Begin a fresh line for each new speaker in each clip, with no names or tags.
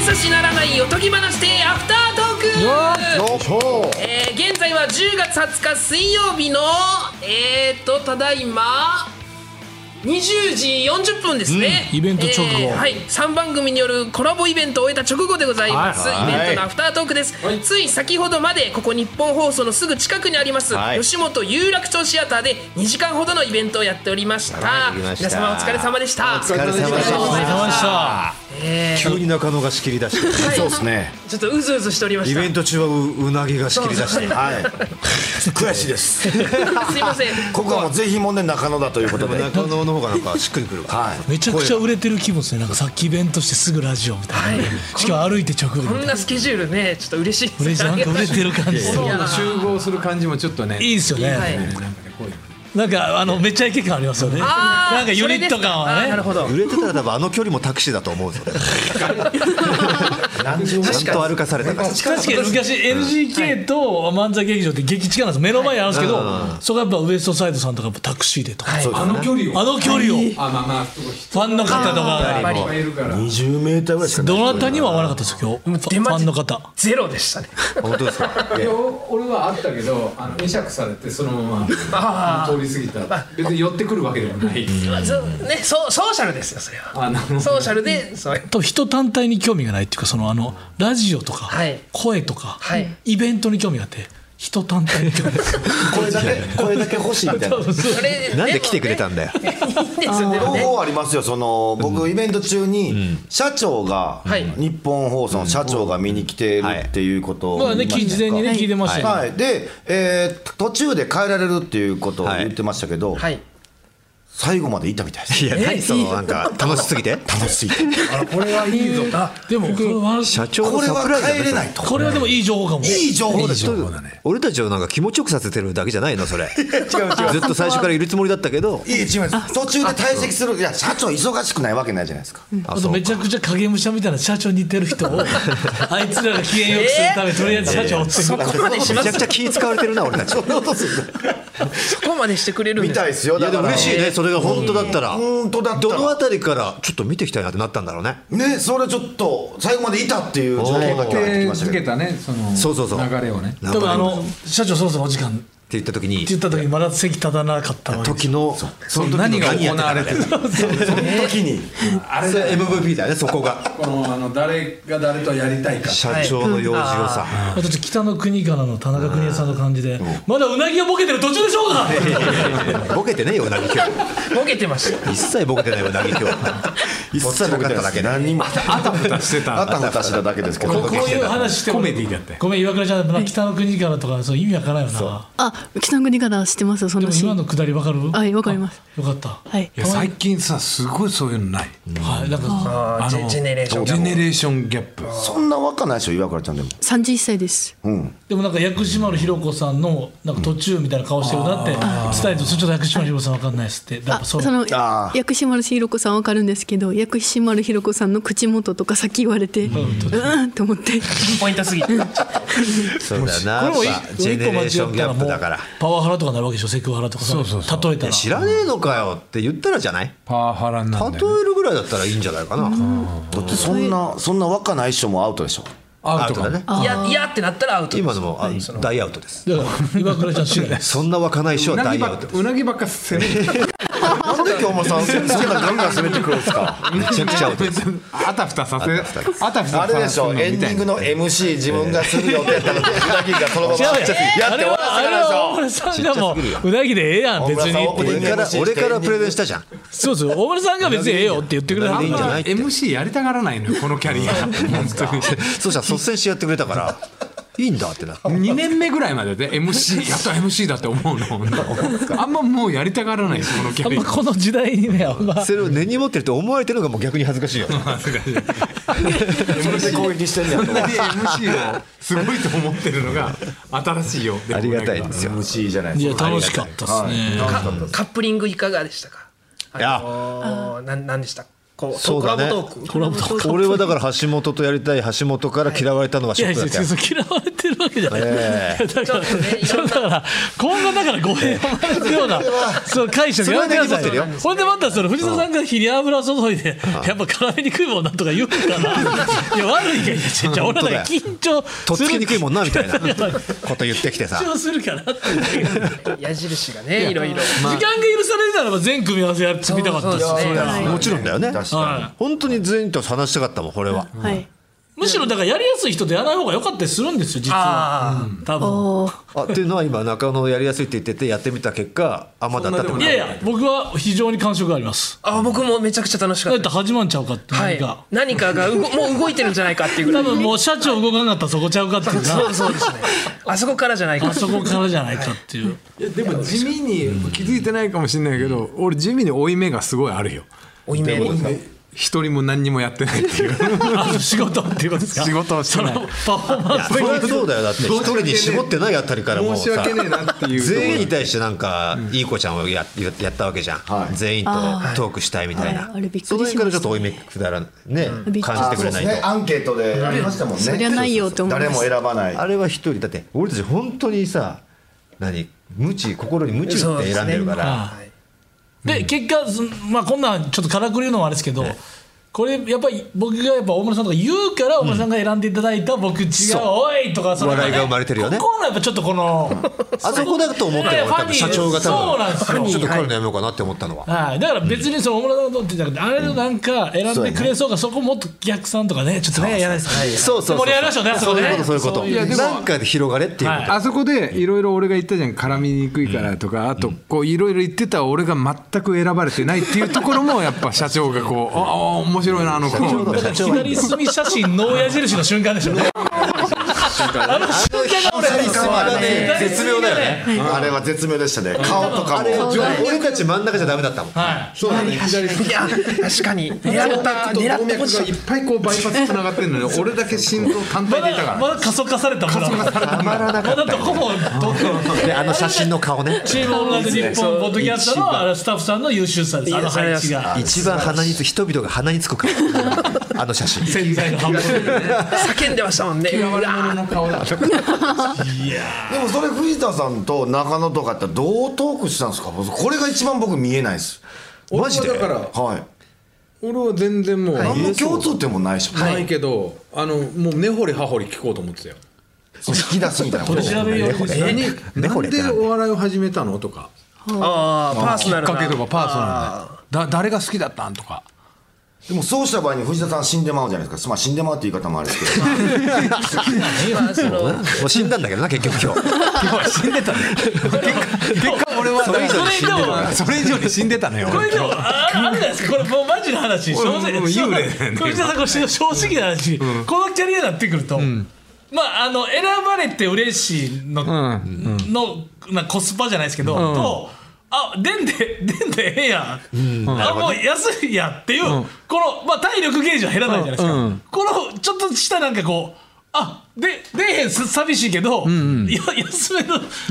差しならないおとぎ話でアフタートーク
よっ
えー現在は10月20日水曜日のえー、っとただいま20時40分ですね、
うんイベント直後
はい、3番組によるコラボイベントを終えた直後でございます、
はいはい
イベントのアフタートークです、つい先ほどまでここ日本放送のすぐ近くにあります、
はい
吉本有楽町シアターで2時間ほどのイベントをやっておりました,、
はいやりました
皆様お疲れ様でした
お疲れ様でし
お疲れ
た
様でした
急に中野が仕切り出して
そうですね。
ちょっとうずうずしておりまし
イ
た
ベント中はううなぎが仕切り出して
はい。悔しいで
す
す。
いません
ここはもうぜひもんで中野だということで。
中野の方がなんかしっくりくるわ
はい。
めちゃくちゃ売れてる気分ですねなんかさっきイベントしてすぐラジオみたいな、しかも歩いて直後み
こ
たい
ん
な
なスケジュールねちょっと嬉しいです
嬉しいなんか売れてる感じする
いや
集合する感じもちょっとね
いいですよね、
はい
なんかあのめっちゃイケ感ありますよねなんかユニット感は
あーな
ね
るほど
売れてたら多分あの距離もタクシーだと思うぞちゃんと歩かされたから
確かに昔 NGK と漫才劇場って激近なんです目の前にあるんですけど、そこはやっぱウエストサイドさんとかやっぱタクシーでとか、
あの距離を
あの距離をフ
あまあまあ
ァンの方と
やっぱ
か
り
人がいるから
二十メーターぐらいしかない。
どなたにも合わなかったですよ今日フ
出
ァ
待ち
ンの方
ゼロでしたね
本当ですか
いや俺はあったけどあの会釈されてそのまま通り過ぎた別に寄ってくるわけでもない
そうねそうソーシャルですよそれは
あの
ソーシャルでそう
多分人単体に興味がないっていうかそのあのラジオとか、
はい
声とか、
はい
イベントに興味があって人単体に興味があって
これだけこれだけ欲しいみたいな。
それ
なんで来てくれた
ん
んだよ
ですでもね
両方ありますよその僕イベント中に社長が
はい
日本放送の社長が見に来てるっていうことを
まあね
言いました
事前にね聞いてましたよね、
はいでえー途中で変えられるっていうことを言ってましたけど
はい
最後までいたみたいです
いや何そのなんか楽しすぎて
楽しい
これはいいぞあ
でもこれは
社長
こ
の
れ
サ
は
プライズだ
変えれないと
これはでもいい情報かも
いい情報ですよ
俺たちをなんか気持ちよくさせてるだけじゃないのそれずっと最初からいるつもりだったけど
いい違います途中で退席するいや社長忙しくないわけないじゃないですか
あとめちゃくちゃ影武者みたいな社長に似てる人 をあいつらが機嫌よくするためとりあえず社長を追ってくる
こまでしま
め
す
ちゃくちゃ気使われてるな俺たち
そこまでしてくれるん
み
です
たいですよだから
いねそれが本当だったら
本当だったら
どのあたりからちょっと見ていきたいなってなったんだろうね
ねそれちょっと最後までいたっていう情報だけ入ってきました
つ
け
け
ど
たねその
そうそうそう
流れをね
な
多分あの社長そろそろお時間って
って言った時に
言った時にまだ席立たなかったわけです
時のその時の
何が
やっ
行
てた
われてる
その時に
あれ
そ
だ
れ
よ
MVP だよねそこが
このあの誰が誰とやりたいか
社長の用事をさ
あとちょっと北の国からの田中邦衛さんの感じでまだうなぎがボケてる途中でしょうか
ボケてねえようなぎ今日
ボケてました
一切ボケてないようなぎ今日一切ボケてないだけ
何にもあ
あたふたしてた
たふたしただけですけど
こういう話しても
コメディだって
ごめん岩倉ちゃんな北の国からとかそう意味わからんよな
あ、北の国から知ってますよ、そ
で
の
も
シ
今
ーン。
のくだりわかる
はい、わかります。
よかった
はい。
いや最近さすごいそういうのない
はいなんか
あージェジェネレーション
ジェネレーションギャップ
そんな若ないでしょ岩倉ちゃんでも
三十一歳です。
でもなんか薬師丸ひろ子さんのなんか途中みたいな顔してるなって伝えてちょっと薬師丸ひろ子さんわかんないっすってだか
あ、
ら
そ
そう
の
あー
薬師丸ひろ子さんわかるんですけど、薬師丸ひろ子さんの口元とかさっき言われて、うーんって思って。
ポイントすぎて
そうだよな
これもい
やっぱジェネレーションギャップだから
もうパワハラとかになるわけでしょセクハラとかそうそうそう例えたら
知らねえのかよって言ったらじゃない
パワハラにな
例え
るんだよね
るぐらいだったらいいんじゃないかな
だってそんなそんな若ない人もアウトでしょ
ア
ア
ウ
ウ
ト
ト
か
だ
ね
ね
いやいやってなったらアウト
今のもあ大アウトです
だから岩倉ちゃん知らない
そんな若ない人
う
は
なぎ
大ア
ば
ウ
っ
ト
かうなぎばっか攻める
なんで今日もさんそんなガンガン攻めてくるんですか
めちゃくちゃアウトです
あたふたさせ
あたふ
あたふ
あ
た
れで
さ
し
せる
ょエンディングの MC 自分がする予定だったのにうなぎがそのままやって終
あれ
わ
は
ら
あれ
せたでし
は大村さんが
ょ
もううなぎでええやん別に
大村さんオープニン
俺
グ
から俺からプレゼンしたじゃん
そうそう大村さんが別にええよって言ってくれた
うなぎでいいんじゃないって
MC やりたがらないのよこのキャリア本当に
そしたら率先してやってくれたからいいんだってな
2年目ぐらいまでで MC やっと MC だって思うのあんまもうやりたがらないですこのキ
あん
ャリア
まこの時代にねあんま
それを根に持ってると思われてるのがもう逆に恥ずかしいよ
それで攻撃してんねや
そ
と
んなに MC をすごいと思ってるのが新しいよ
ありがたいですよ
MC じゃない
いや
ですか
楽しかったですね
カップリングいかがでしたか
いや
あのーなんなんでしたこう
そうだね
コラボトーク
俺はだから橋本とやりたい橋本から嫌われたのはショ
い
ッ
や
ク
い
だ
や
ったよ
そう嫌われてるるわけじゃない。だから、そうだから、今後だから語弊を招くような、そう解釈やめて
それは根に
くだ
持ってるよ
さい。ほんでまた、その藤田さんが火に油注いで、やっぱ絡めにくいもんなんとか言うから、いや、悪いけど、いやちょちょ俺らが緊張
とっつ
する
きにくいもんなみた いな
やっぱり
こと言ってきてさ
緊張するかなっていうだけなんで
矢印がねいろいろ
時間が許されるならば全組み合わせやってみたかったです
そうそうそう
それは
もちろんだよね
確か
は
本当に全員と話したかったもんこれは
はい。
い、むしろだからやりやすい人とやらない方が良かったりするんですよ実は、うん多分
おお。
あっていうのは今中野やりやすいって言っててやってみた結果あまだったってこと
いやいや僕は非常に感触があります
あ僕もめちゃくちゃ楽しか
だ
っ
って始まんちゃうかって
たは
何
い
か、
何かがうごもう動いてるんじゃないかっていうぐら
多
い
分もう社長動かなかったらそこちゃうかっていうな
そうですね あそこからじゃないか
あそこからじゃないかっていう
いやでも地味に気づいてないかもしれないけど俺地味に負い目がすごいあるよ
おいめ
一人も何にもやってないっていう
あの仕事っていうことですか
仕事をしてない
そのパフォーマンス
そりゃそうだよだって一人に絞ってないあたりからもう
申し
さ
訳ねえなっていうところ
全員に対してなんかいい子ちゃんをやややったわけじゃん、
はい
全員とトークしたいみたいな、
はいあれびっくりし
その辺からちょっと
ま
追い
した
目
ね
くだらんね
びっくり
感じて
あ
く
そう
れ
で
な
す
いと
ねアンケートでありましたもんね
そりゃないよって思います
誰も選ばない
あれは一人だって俺たち本当にさ何無知心に無 知打って選んでるから、
で結果そのまあこんなんちょっとからくり言うのもあれですけど、これやっぱり僕がやっぱ大村さんとか言うから大村さんが選んでいただいた僕違う、おいとかその
笑いが生まれてるよね
ここのやっぱちょっとこ の
あそこだと思ったよ
いやいや
俺多分社長が
そうなんです
多
よ
分ちょっと彼のやめようかなって思ったのは、
はい、だから別にその大村さんとってじゃなくて、あれのなんか選んでくれそうか、そこもっと逆算とかね、ちょっとね、やらないですね。
そうそうそう
盛り上がりましょうね、あそこ
そう
で
いうこ
ね
と。そういうこと
いやでも
なんかで広がれっていうこと、
はい
あそこでいろいろ俺が言ったじゃん絡みにくいからとかあとこういろいろ言ってた俺が全く選ばれてないっていうところもやっぱ社長がこうああ面白いなあの子
だから左隅写真の矢印の瞬間でしょうね。
絶妙だよね
あれは絶妙でしたね顔とか
あ
も
れ俺たち真ん中じゃダメだったもん、
はい。
そうだね
いや確かに 狙った狙ったポジション
いっぱいこうバイパスつながってるのに俺だけ心臓単
ま
体でいたか
だ、まだ加速化された村。ま
たまらなか
だ
っ
ど
た
こも、どこ
であの写真の顔ね
チームオンライン日本ポッドキャストのあれスタッフさんの優秀さです。あの配置が。
一番鼻につ人々が鼻につく顔あの写真
潜在の半分。
叫んでましたもんね
でもそれ藤田さんと中野とかってどうトークしたんですかこれが一番僕見えないです
ら
マジで
俺はだから
はい
俺は全然もう
何も共通点もないでしょ、
ないけどあのもう根掘り葉掘り聞こうと思ってたよ
引き出すみたいなこと
取り調べようですね。
何
根
な
掘り
ん
って
で
なんだよ
お笑いを始めたのとか
ああパー
き
ソナ
っ
ルな
かけとかパーソナルなだ誰が好きだったんとか
でもそうした場合に藤田さん死んでまうじゃないですかまあ死んでまうって言い方もあるんですけど
もう死んだんだけどな結局今日
死んでたね結果結果俺は
それ以上は
それ以上に死んでたのよ
これでもああるじゃないですかこれもうマジの話正
俺
直
もう幽霊だよね
これ北さんこれ正直な話、このキャリアになってくると、まああの選ばれて嬉しいの、のなコスパじゃないですけど、とあでんででんでええやん、あもう安いやっていう、この、まあ、体力ゲージは減らないじゃないですか、このちょっとしたなんかこうあで出えへんす寂しいけど、いや休める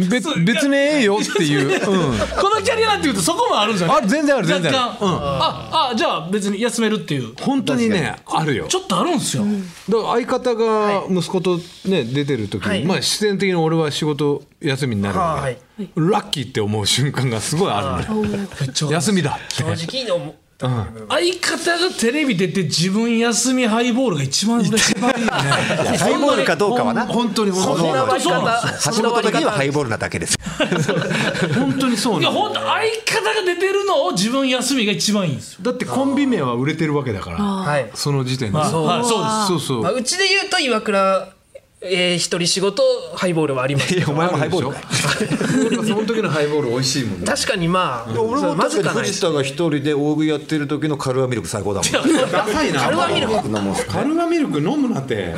別別にええよっていううん
このキャリアなんて言うとそこもあるんじゃない
あ全然ある全然ある
若干ああじゃあ別に休めるっていう
本当にねあるよ
ちょっとあるんですよ、
だから相方が息子とね出てる時
はい
にまあ必然的に俺は仕事休みになる
は
わ
あはい
けラッキーって思う瞬間がすごいあるのよ
めっちゃ
休みだって
正直に思う
相方がテレビ出て自分休みハイボールが一番嬉しいい いよね
ハイボールかどうかはな
本当に
こ
本
の
当に
そんな割り
そうなん
方
橋本的にはハイボールなだけです
本当にそう
いや
なの
本当相方が出てるのを自分休みが一番いいんですよ
だってコンビ名は売れてるわけだから
はい
その時点で
あ
そう
はいそうです
そうそう
まあ、うちで言うと岩倉、えー、一人仕事ハイボールはあります
いやお前もハイボールかい
その時のハイボール美味しいもんね
確かにまあ
俺も
まずか
確
な
かに
いで
藤
す
田が一人で大食いやってる時のカルアミルク最高だもん
ダサいな
カルアミルク
飲 むんすか
カルアミルク飲むなって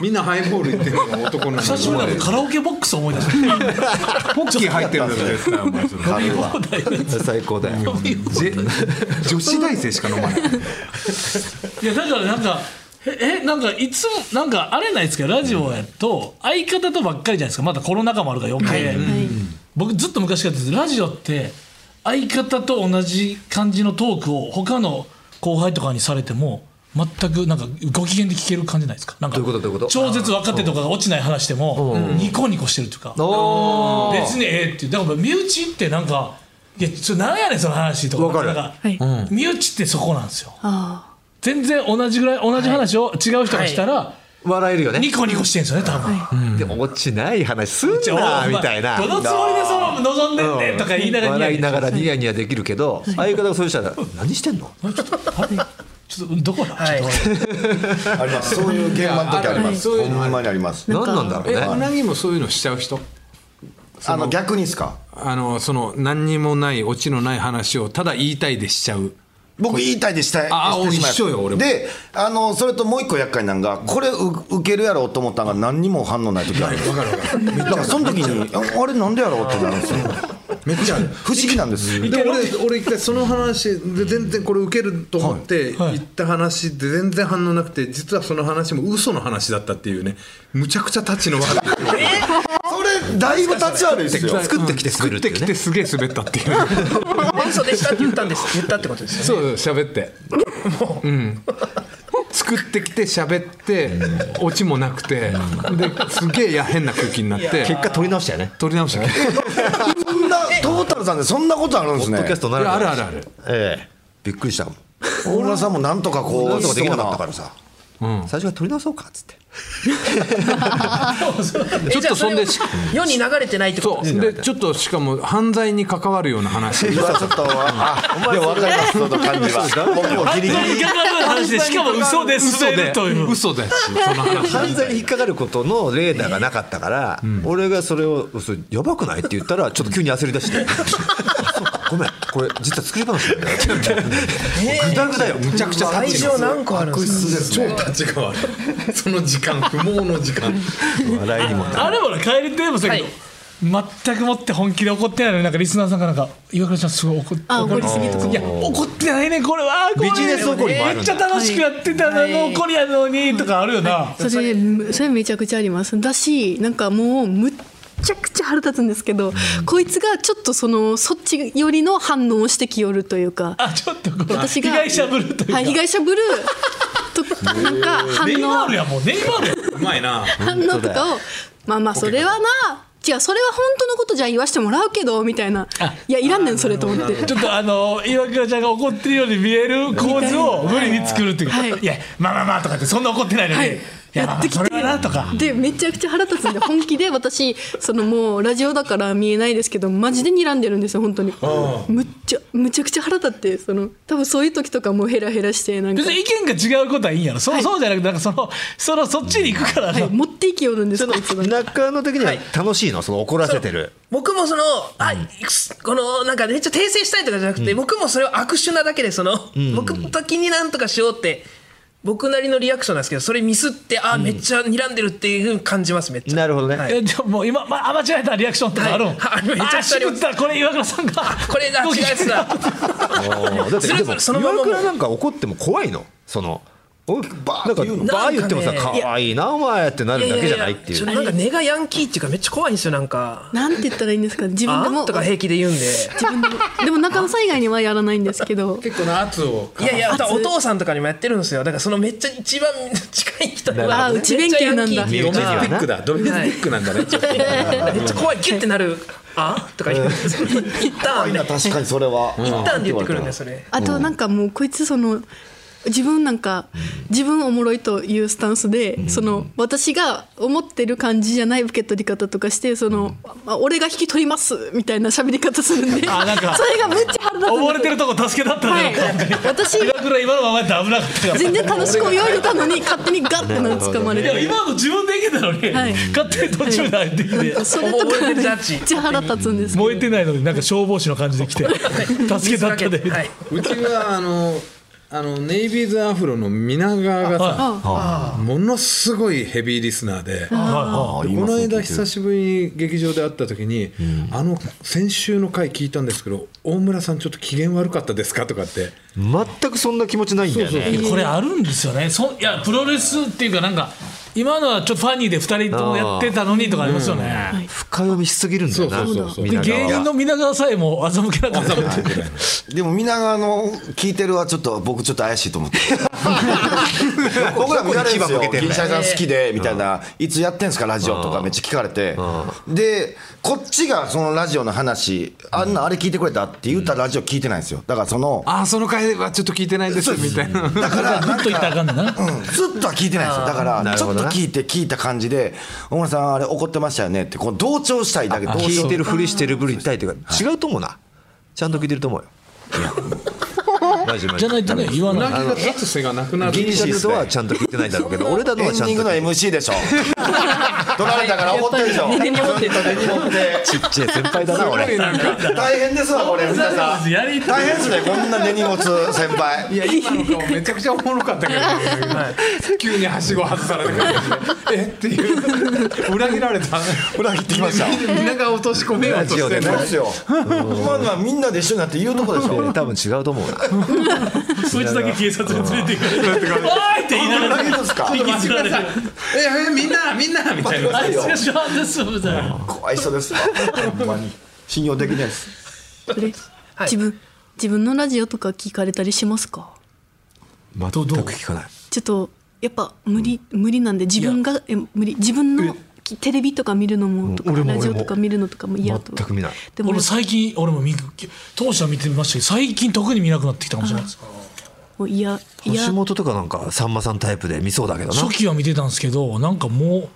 みんなハイボール言ってるのが男の
久しぶりにカラオケボックス思い出した
ポッキー入ってるんですからお前そ れ
最高だよ
ジェ女子大生しか飲まない
いやだからなんかええなんかいつもなんかあれないですかラジオやと相方とばっかりじゃないですかまだコロナ禍もあるから余計、僕ずっと昔からですラジオって相方と同じ感じのトークを他の後輩とかにされても全くなんかご機嫌で聞ける感じないですかなんか
どういうことどういうこと
超絶若手とかが落ちない話でもニコニコしてるというか
おー
別にええっていうだから身内ってなんかいやそれなんやねんその話とか
わかる
なんか
はい
身内ってそこなんですよ
あ
全然同じぐらい同じ話を違う人がしたら、
笑えるよね
ニコニコしてんすよね多分、
でも落ちない話すん
じゃ
な
あ
みたいな
どのつもりでその望んでんねんとか言いながらニヤ
笑い
ニヤ
ながらニヤニヤできるけど相方がそうしたら何してんの
ちょっとどこだ、
はい
ちょっと
ありますそういう現場の時ありま
いやある
す
そういうのある
ほんまにあります
何なんだろ
え
う
う
ね
なぎもそういうのしちゃう人
あの逆にですか
あのその何にもないオチのない話をただ言いたいでしちゃう
僕言いたいでしたい
あ
してしまいます
一緒よ俺も
であのそれともう一個厄介なんがこれう受けるやろうと思ったんが何にも反応ない時ある だからその時にああれなんでやろうってなるんですよめっちゃ不思議なんです
で俺俺一回その話で全然これ受けると思って
はい
言った話で全然反応なくて実はその話も嘘の話だったっていうねむちゃくちゃ立ちの悪い
それだいぶ立ち悪いですよ
作ってきて作るっていう
来て
ね
すげえ滑ったっていうね
嘘でしたって言ったんです言ったってことですよね
そう喋ってうん作ってきて喋ってオチもなくてですげえや変な空気になって
結果取り直したよね
取り直したね
そんなトータルさんでそんなことあるんで
ポ
す
ッドキャ
ね
スト
い
な
や
ら
あ
で
る
は
あるある
ええびっくりしたもん
大村さんもなんとかこう
なんとかできなかったからさ最初から取り直そうかっつって
ちょっとそんで
えじゃあれ世に流れてないってこと
そ
です
うでちょっとしかも犯罪に関わるような話
今ちょっとあでも分かりますその感じは僕もギリギリ
いかがな話でしかも嘘で
嘘
滑
で
るという
嘘だしその話
犯罪に引っかかることのレーダーがなかったから、俺がそれを「それやばくない?」って言ったらちょっと急に焦り出して「ごめんこれ実は作り話なんだよ」って言って「グダグダよむちゃくちゃ
愛情何個あるんですか
超立ちが悪いその時間不毛の時間
笑いにもなる
あれもな帰りテーマだけど、
はい
全くもって本気で怒ってないのになんかリスナーさんがなんか「岩倉ちゃんすごい怒って
あ怒りすぎとか
いや怒ってないねこれは
ビ
ビ
ジネス怒りもあるん
めっちゃ
だ
楽しくやってたの
はい
に怒りやのにとかあるよな、
それそれめちゃくちゃありますだしなんかもうむっちゃくちゃ腹立つんですけど、こいつがちょっとそのそっち寄りの反応をしてきよるというか
あちょっとこう
私
被
が
害者ぶるというか、
はい、被害者ブルーとなんか反
ネイマ
応
ールやもうネイマールや
うまいな
反応とかをまあまあそれはな違うそれは本当のことじゃ言わしてもらうけどみたいないやいらんねんそれと思って
ちょっとあの岩倉ちゃんが怒ってるように見える構図を無理に作るっていうか、
はいい、
やまあまあまあとかってそんな怒ってないのに、、
はいい
や
やってきて
まあまあそれはなとか
でめちゃくちゃ腹立つんで本気で私そのもうラジオだから見えないですけどマジで睨んでるんですよ本当にむっちゃむちゃくちゃ腹立ってその多分そういう時とかもうヘラヘラしてなんか
別に意見が違うことはいいんやろそう,、そうじゃなくてなんかそのそのそっちに行くからな、
はい持っていきよるんですこいつが
中野的には楽しいのその怒らせてる
僕もそのあくすこのなんかめっちゃ訂正したいとかじゃなくて、僕もそれを悪手なだけでその、僕の時になんとかしようって僕なりのリアクションなんですけどそれミスってあめっちゃ睨んでるっていうふうに感じますめっちゃ。
なるほどね、
えじゃあもう今、まあ、間違えたリアクションとかあるもん、
はいはいめっちゃあ
あ
ります
渋ったこれ岩倉さんが
これが違うやつだ。
おーだって
それ
でも
そのままも
岩倉なんか怒っても怖いのそのおなんかバー言ってもさ
なんか
可
ね
愛いなお前ってなるだけじゃないってい
ちょ
う
っとなんか根がヤンキーっていうかめっちゃ怖いんですよなんか。
なんて言ったらいいんですか自分で
あ
も
んとか平気で言うんで。
自分でもでも中野さん以外にはやらないんですけど
結構な圧を
いやいや、
圧
お父さんとかにもやってるんですよ。だからそのめっちゃ一番 近い人
なるほどね
は
あー内弁慶なんだ
めっちゃヤン キーっていうか
だドミノスティックなんだねちょっと
めっちゃ怖い、キュッてなる。あとか 言うんですよ。一旦で、
確かにそれは
一旦で言ってくるんですよね。
あとなんかもうこいつその自分なんか自分おもろいというスタンスでその私が思ってる感じじゃない受け取り方とかしてそのあ俺が引き取りますみたいな喋り方するんで
あなんか
それがめっちゃ腹立つんです
溺れてるとこ助けだった
は
ね、
い
本当に
私
岩倉今のままやったら危なかったから
全然楽しく泳いでたのに勝手にガッてなんか掴まれ
いや
て
今の自分でいけたのに、
はい
勝手に途中で入ってきて、
それとか
溺れ
め
て
っ
ジャッジ
ちゃ腹立つんですけど
燃えてないのになんか消防士の感じで来て助けたったで、
はい。
うちはあのあのネイビーズアフロの皆川がさ
あ
ものすごいヘビーリスナーで。
あ
で
言い
こ
ます
の
ね
間久しぶりに劇場で会った時に、あの先週の回聞いたんですけど大村さんちょっと機嫌悪かったですかとかって
全くそんな気持ちないんだよね
これあるんですよねそいやプロレスっていうかなんか今のはちょっとファニーで2人ともやってたのにとかありますよね。
深読みしすぎるんだよな
そうそうそう
みん
で
なが
芸人の皆川さえも欺けなかったっていう
でも皆川の聞いてるはちょっと僕ちょっと怪しいと思ってる僕らも言われるんですよ
どこに牙向けてんだよ
銀シャが好きでみたいな、いつやってんすかラジオとかめっちゃ聞かれて、でこっちがそのラジオの話あんなあれ聞いてくれたって言ったらラジオ聞いてないんですよだからその
ああその回はちょっと聞いてないですみたい な
だから
グッ
なん
と
か
言ったらあかんねんな。
うんずっとは聞いてないんですよだか
な
ら
る
ち
ほ
ょ
ど
っ
な
と聞いて聞いた感じで大村さんあれ怒ってましたよねってこう同調したいだけ同
聞
調
いてるふりしてるぶりたいというか違うと思うなちゃんと聞いてると思うよマジマジ
じゃないとね、言わない。
が立つ瀬がなくな
ギリシャルとはちゃんと聞いてないだろうけど俺らの
エ
は
ン
ち
デ
ゃん
ィングの
と
MC でしょ取られたから怒ってるでしょ
根に持ってたね
怒って
ちっちゃい先輩だな俺
大変ですわこれ藤田さん
やり
大変ですねこんな根に持つ先輩
いや今の顔めちゃくちゃおもろかったけど、急にはしご外されてえっていう裏切られた
裏切ってきました
みんなが落とし込めよう
ラ
と
ジオ
し
で
て
ね
ね
そうですよ今のはみんなで一緒になって言うとこでしょ
多分違うと思うな
そいつだけ警察に連れて行かれて、おーいって言いながら、
裏切るんですか
引きずられて、
えみんなみんなみたいな
あいつが主犯ですみたいな。
怖い人ですわほんまに信用できないです
嬉しい自分自分のラジオとか聞かれたりしますか
全く聞かない
ちょっとやっぱ無理無理なんで自分がえ無理自分のテレビとか見るのもとか
俺も
ラジオ
俺も
とか見るのとかも嫌と
全く見ない
でも
俺最近、俺も見当初は見てましたけど、最近特に見なくなってきたかもしれないです。
もう嫌嫌
橋本とかなんかさんまさんタイプで見そうだけどな
初期は見てたんですけどなんかもうも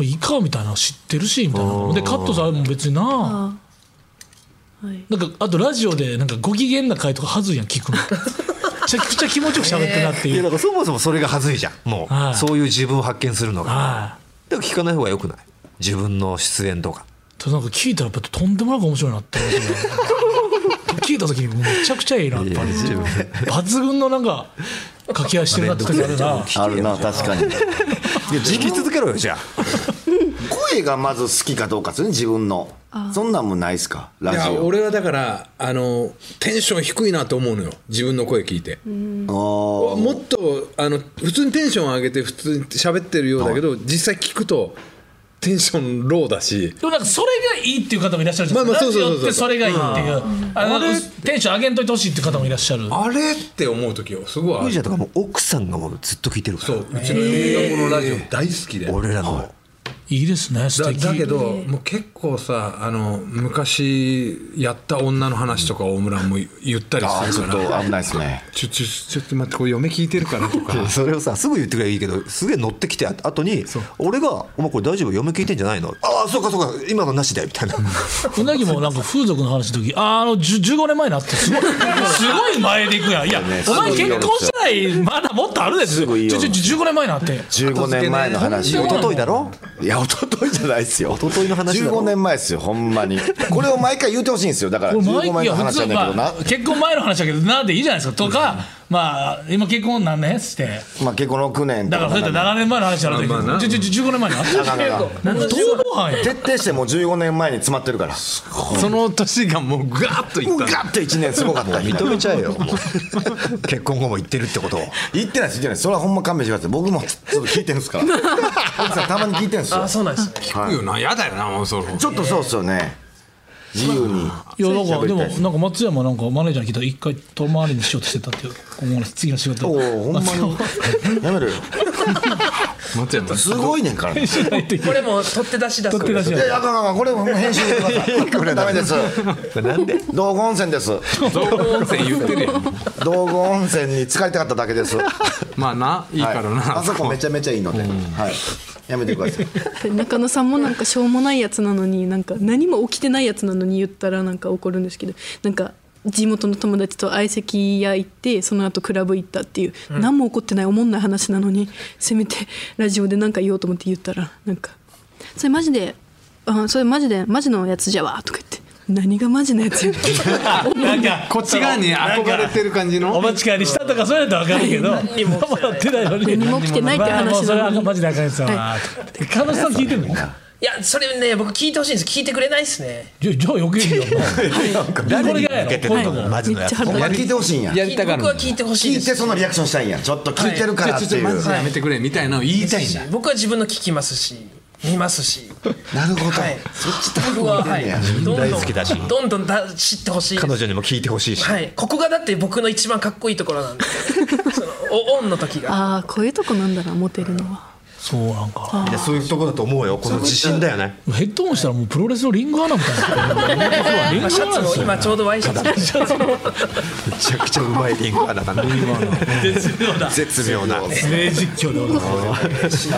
ういいかみたいな知ってるしみたいなでカットされるのも別にな
あはい
なんかあとラジオでなんかご機嫌な回とかはずいやん聞く のめちゃくちゃ気持ちよく喋ってるなって
い
い
や
う、
だからそもそもそれが恥ずいじゃんも
は
う
い
そういう自分を発見するのが
は
だから聞かない方がよくない自分の出演とか
いとなんか聞いたらやっぱとんでもなく面白いなって思いました ね聞いた時にめちゃくちゃいいなやっぱり抜群のなんか掛け合いしてるなって時あるな
あるな確かに
いや聞き続けろよじゃあ
声がまず好きかどうかですね自分のそんなんもないですか
い
ラジ
や
オ
俺はだからあのテンション低いなと思うのよ自分の声聞いて
あ
もっとあの普通にテンション上げて普通に喋ってるようだけど実際聞くとテンションローだし
でもなんかそれがいいっていう方もいらっしゃるじゃない
まあまあ
ですか
そうそうそう
ラジオ
そう
ってそれがいいっていうあのテンション上げんといてほしいっていう方もいらっしゃる
あれって思う時をすごいあ
クイ
る
ジャとかもう奥さんがもうずっと聞いてるか
そううちの映画このラジオ大好きで
ら俺らの
いいですね素
だ
敵
だけどもう結構さあの昔やった女の話とか大村も言ったり
あ
す
ちょ
る
っ
か
と
ら
危ないですね
ちょちょちょっと待ってこれ嫁聞いてるからと か
それをさすぐ言ってくればいいけどすげえ乗ってきてあ後に俺が「お前これ大丈夫嫁聞いてんじゃないの?」「ああそうかそうか今のなしだよ」みたいな
うなぎもなんか風俗の話の時あーあのじゅ15年前になってすごいすごい前でいくやんいや
ね
お前
すごいよ
結婚してないまだもっとあるです
ごいよ
ちょちょ15年前になって
15年前の話
一昨日だろ
いや、一昨日じゃないですよ。
一昨日の話だろ
15年前ですよ、ほんまに。これを毎回言ってほしいんですよ。だから、
これ
15
前い
年の
や普
話じゃ
通、
ないけど
ま
な
あ、。結婚前の話だけどなんでいいじゃないですかとか、まあ今結婚何年して
まあ、結婚6年と
だからそうやったら7年前の話になる
まあまあな
時ちょちょ15年前になって
なかなか
なんか逃亡犯や
徹底してもう15年前に詰まってるから。
その年がもうガーッとい
もう
っ
ガ
た
ッと1年すごかった。
認めちゃえよもう結婚後も言ってるってことを
言ってないです、言ってないです。それはほんま勘弁してください。僕もちょっと聞いてるんですから。奥さんたまに聞いてるんですよ
あ。そうなんですね
聞くよな嫌だよなもうその
ちょっとそうっすよね。自由
い
に。
やなんかでもなんか松山なんかマネージャーに聞いたら一回遠回りにしようとしてたっていう今後の次の仕事
おお、ほんまに。やめろよ。
松山
すごいねんからね。い
これもう取って出しだす
取って出しや
や、あかんあかん。これもう編集してください。これダメです。
なんで
道後温泉です。
道後温泉言ってるやん
道後温泉に使いたかっただ けです。
まあないいからな、
はいあそこめちゃめちゃいいので、はい、やめてください
で中野さんもなんかしょうもないやつなのになんか何も起きてないやつなのに言ったらなんか怒るんですけどなんか地元の友達と相席屋行ってその後クラブ行ったっていう、何も起こってないおもんない話なのにせめてラジオで何か言おうと思って言ったらなんか「それマジであそれマジでマジのやつじゃわ」とか言って「何がマジのやつや」
なんか
こっち側に憧れてる感じ
お
の
待ち帰りしたとかそうやったら分かるけど何もやってないのに
何も起きてないって話
まあまあそれ
なの
は
に
マジであかんやつだな彼女さん聞いてんの
いやそれね僕聞いてほしいんです聞いてくれないですね
じゃじゃあ余計に やん
な
な
んか誰に向けてるの
これがやろ
マジのやつ
めっちゃ
お前聞いてほしいんや
やりたがる
僕は聞いてほしい
聞
で
いて
す
そのリアクションしたいんやちょっと聞いてるからって
ちょちょ
い
マ
う
ジでやめてくれみたいなのを言いたいんだ
僕は自分の聞きますし見ますし
なるほど
はい
そっちタイプ
僕は、
見
は
て
い
んねや、
どんどん
大好きだし
どんどんだ知ってほしいです
彼女にも聞いてほしいし
はい、ここがだって僕の一番かっこいいところなんでそのおオンの時が
ああこういうとこなんだなモテるのは
そうなんか
いやそういうとこだと思うよこの自信だよね
ヘッドホンしたらもうプロレスのリングアナみたいなリングアナ
シャツ
です
も
よ
今ちょうどワイシャツ
めちゃくちゃうまいリングアナだな絶妙な
名実況でございます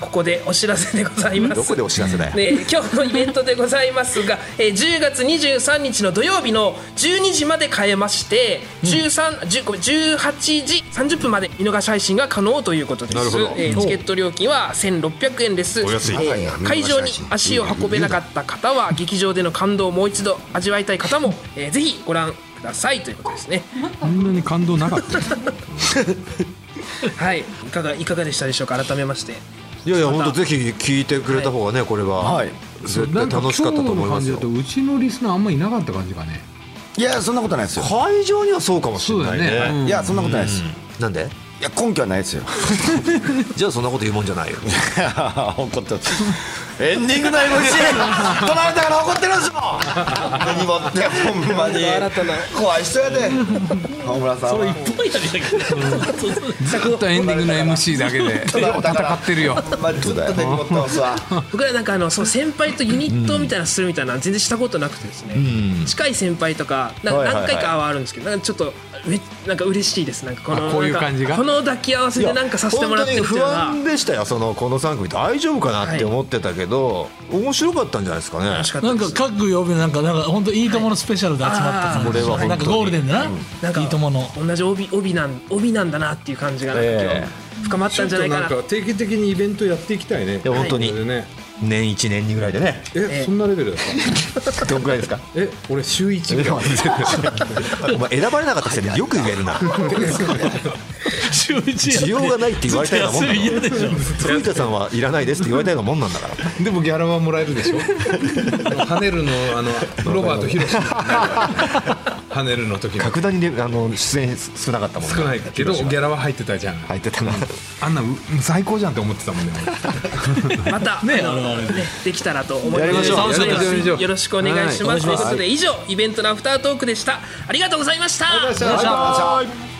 ここでお知らせでございます
どこでお知らせだよ
ね、今日のイベントでございますが、えー10月23日の土曜日の12時まで変えまして、13 10ごめん18時30分まで見逃し配信が可能ということです
なるほど
えーチケット料金は1600円です
お安い
えー会場に足を運べなかった方は劇場での感動をもう一度味わいたい方も、えーぜひご覧くださいということですね
こんなに感動なかった
はいいかがいかがでしたでしょうか改めまして
いやいや本当ぜひ聞いてくれた方がねこれは
はい
絶対楽しかったと思いますよ
なんか今日の感じだとうちのリスナーあんまいなかった感じがね
いやそんなことないですよ
会場にはそうかもしれない
そうだよね
ね
いやそんなことないです
なんで
いや根拠はないですよ
じゃあそんなこと言うもんじゃないよ
怒ったエンディングの MC 取られたから怒ってるんです もん何もってほんまに怖い人や で大村さんは
ずっとエンディングの MC だけで戦ってるよ
まあずっと根に持ってますわ
僕らなんかあのその先輩とユニットみたいなのするみたいなのは全然したことなくてですね、近い先輩とかなんか
はいはいはい
何回かはあるんですけどなんかちょっとめなんか嬉しいですなんかこの
あこういう感じが
なんかこの抱き合わせでなんかさせてもらってるっていうの
本
は
当に不安でしたよそのこの3組大丈夫かなって思ってたけど、面白かったんじゃないですかね
楽しかった
なん
で
か
す
各曜日なんかなんか本当いいとものスペシャルで集まった感じ
これは本当に
なんかゴールデンでな、
なんか
いいともの
同じ帯帯なん帯なんだなっていう感じがなんか今
え
日深まったんじゃないかな,、
んか定期的にイベントやっていきたいね
いや本当に
これでね
年1年2ぐらいでね
えそんなレベルだった
どんくらいですか
え俺週一ぐらい
お前選ばれなかったくせによく言えるな
週一やっ
需
て
要がないって言われたようなもんだ
ずっと休み嫌でしょ
古田さんはいらないですって言われたようなもんなんだから
でもギャラはもらえるでしょあの跳ねるのあのロバートヒロシ跳ねるの時の
格段にねあの出演少なかったもんね
少ないけどギャラは入ってたじゃん
入ってたな
あんなう最高じゃんって思ってたもんね
またねあのねできたらと思います
やりましょう
ので
やりましょう
よろしくお願いします、ということで以上イベントのアフタートークでしたありがとうございました
俺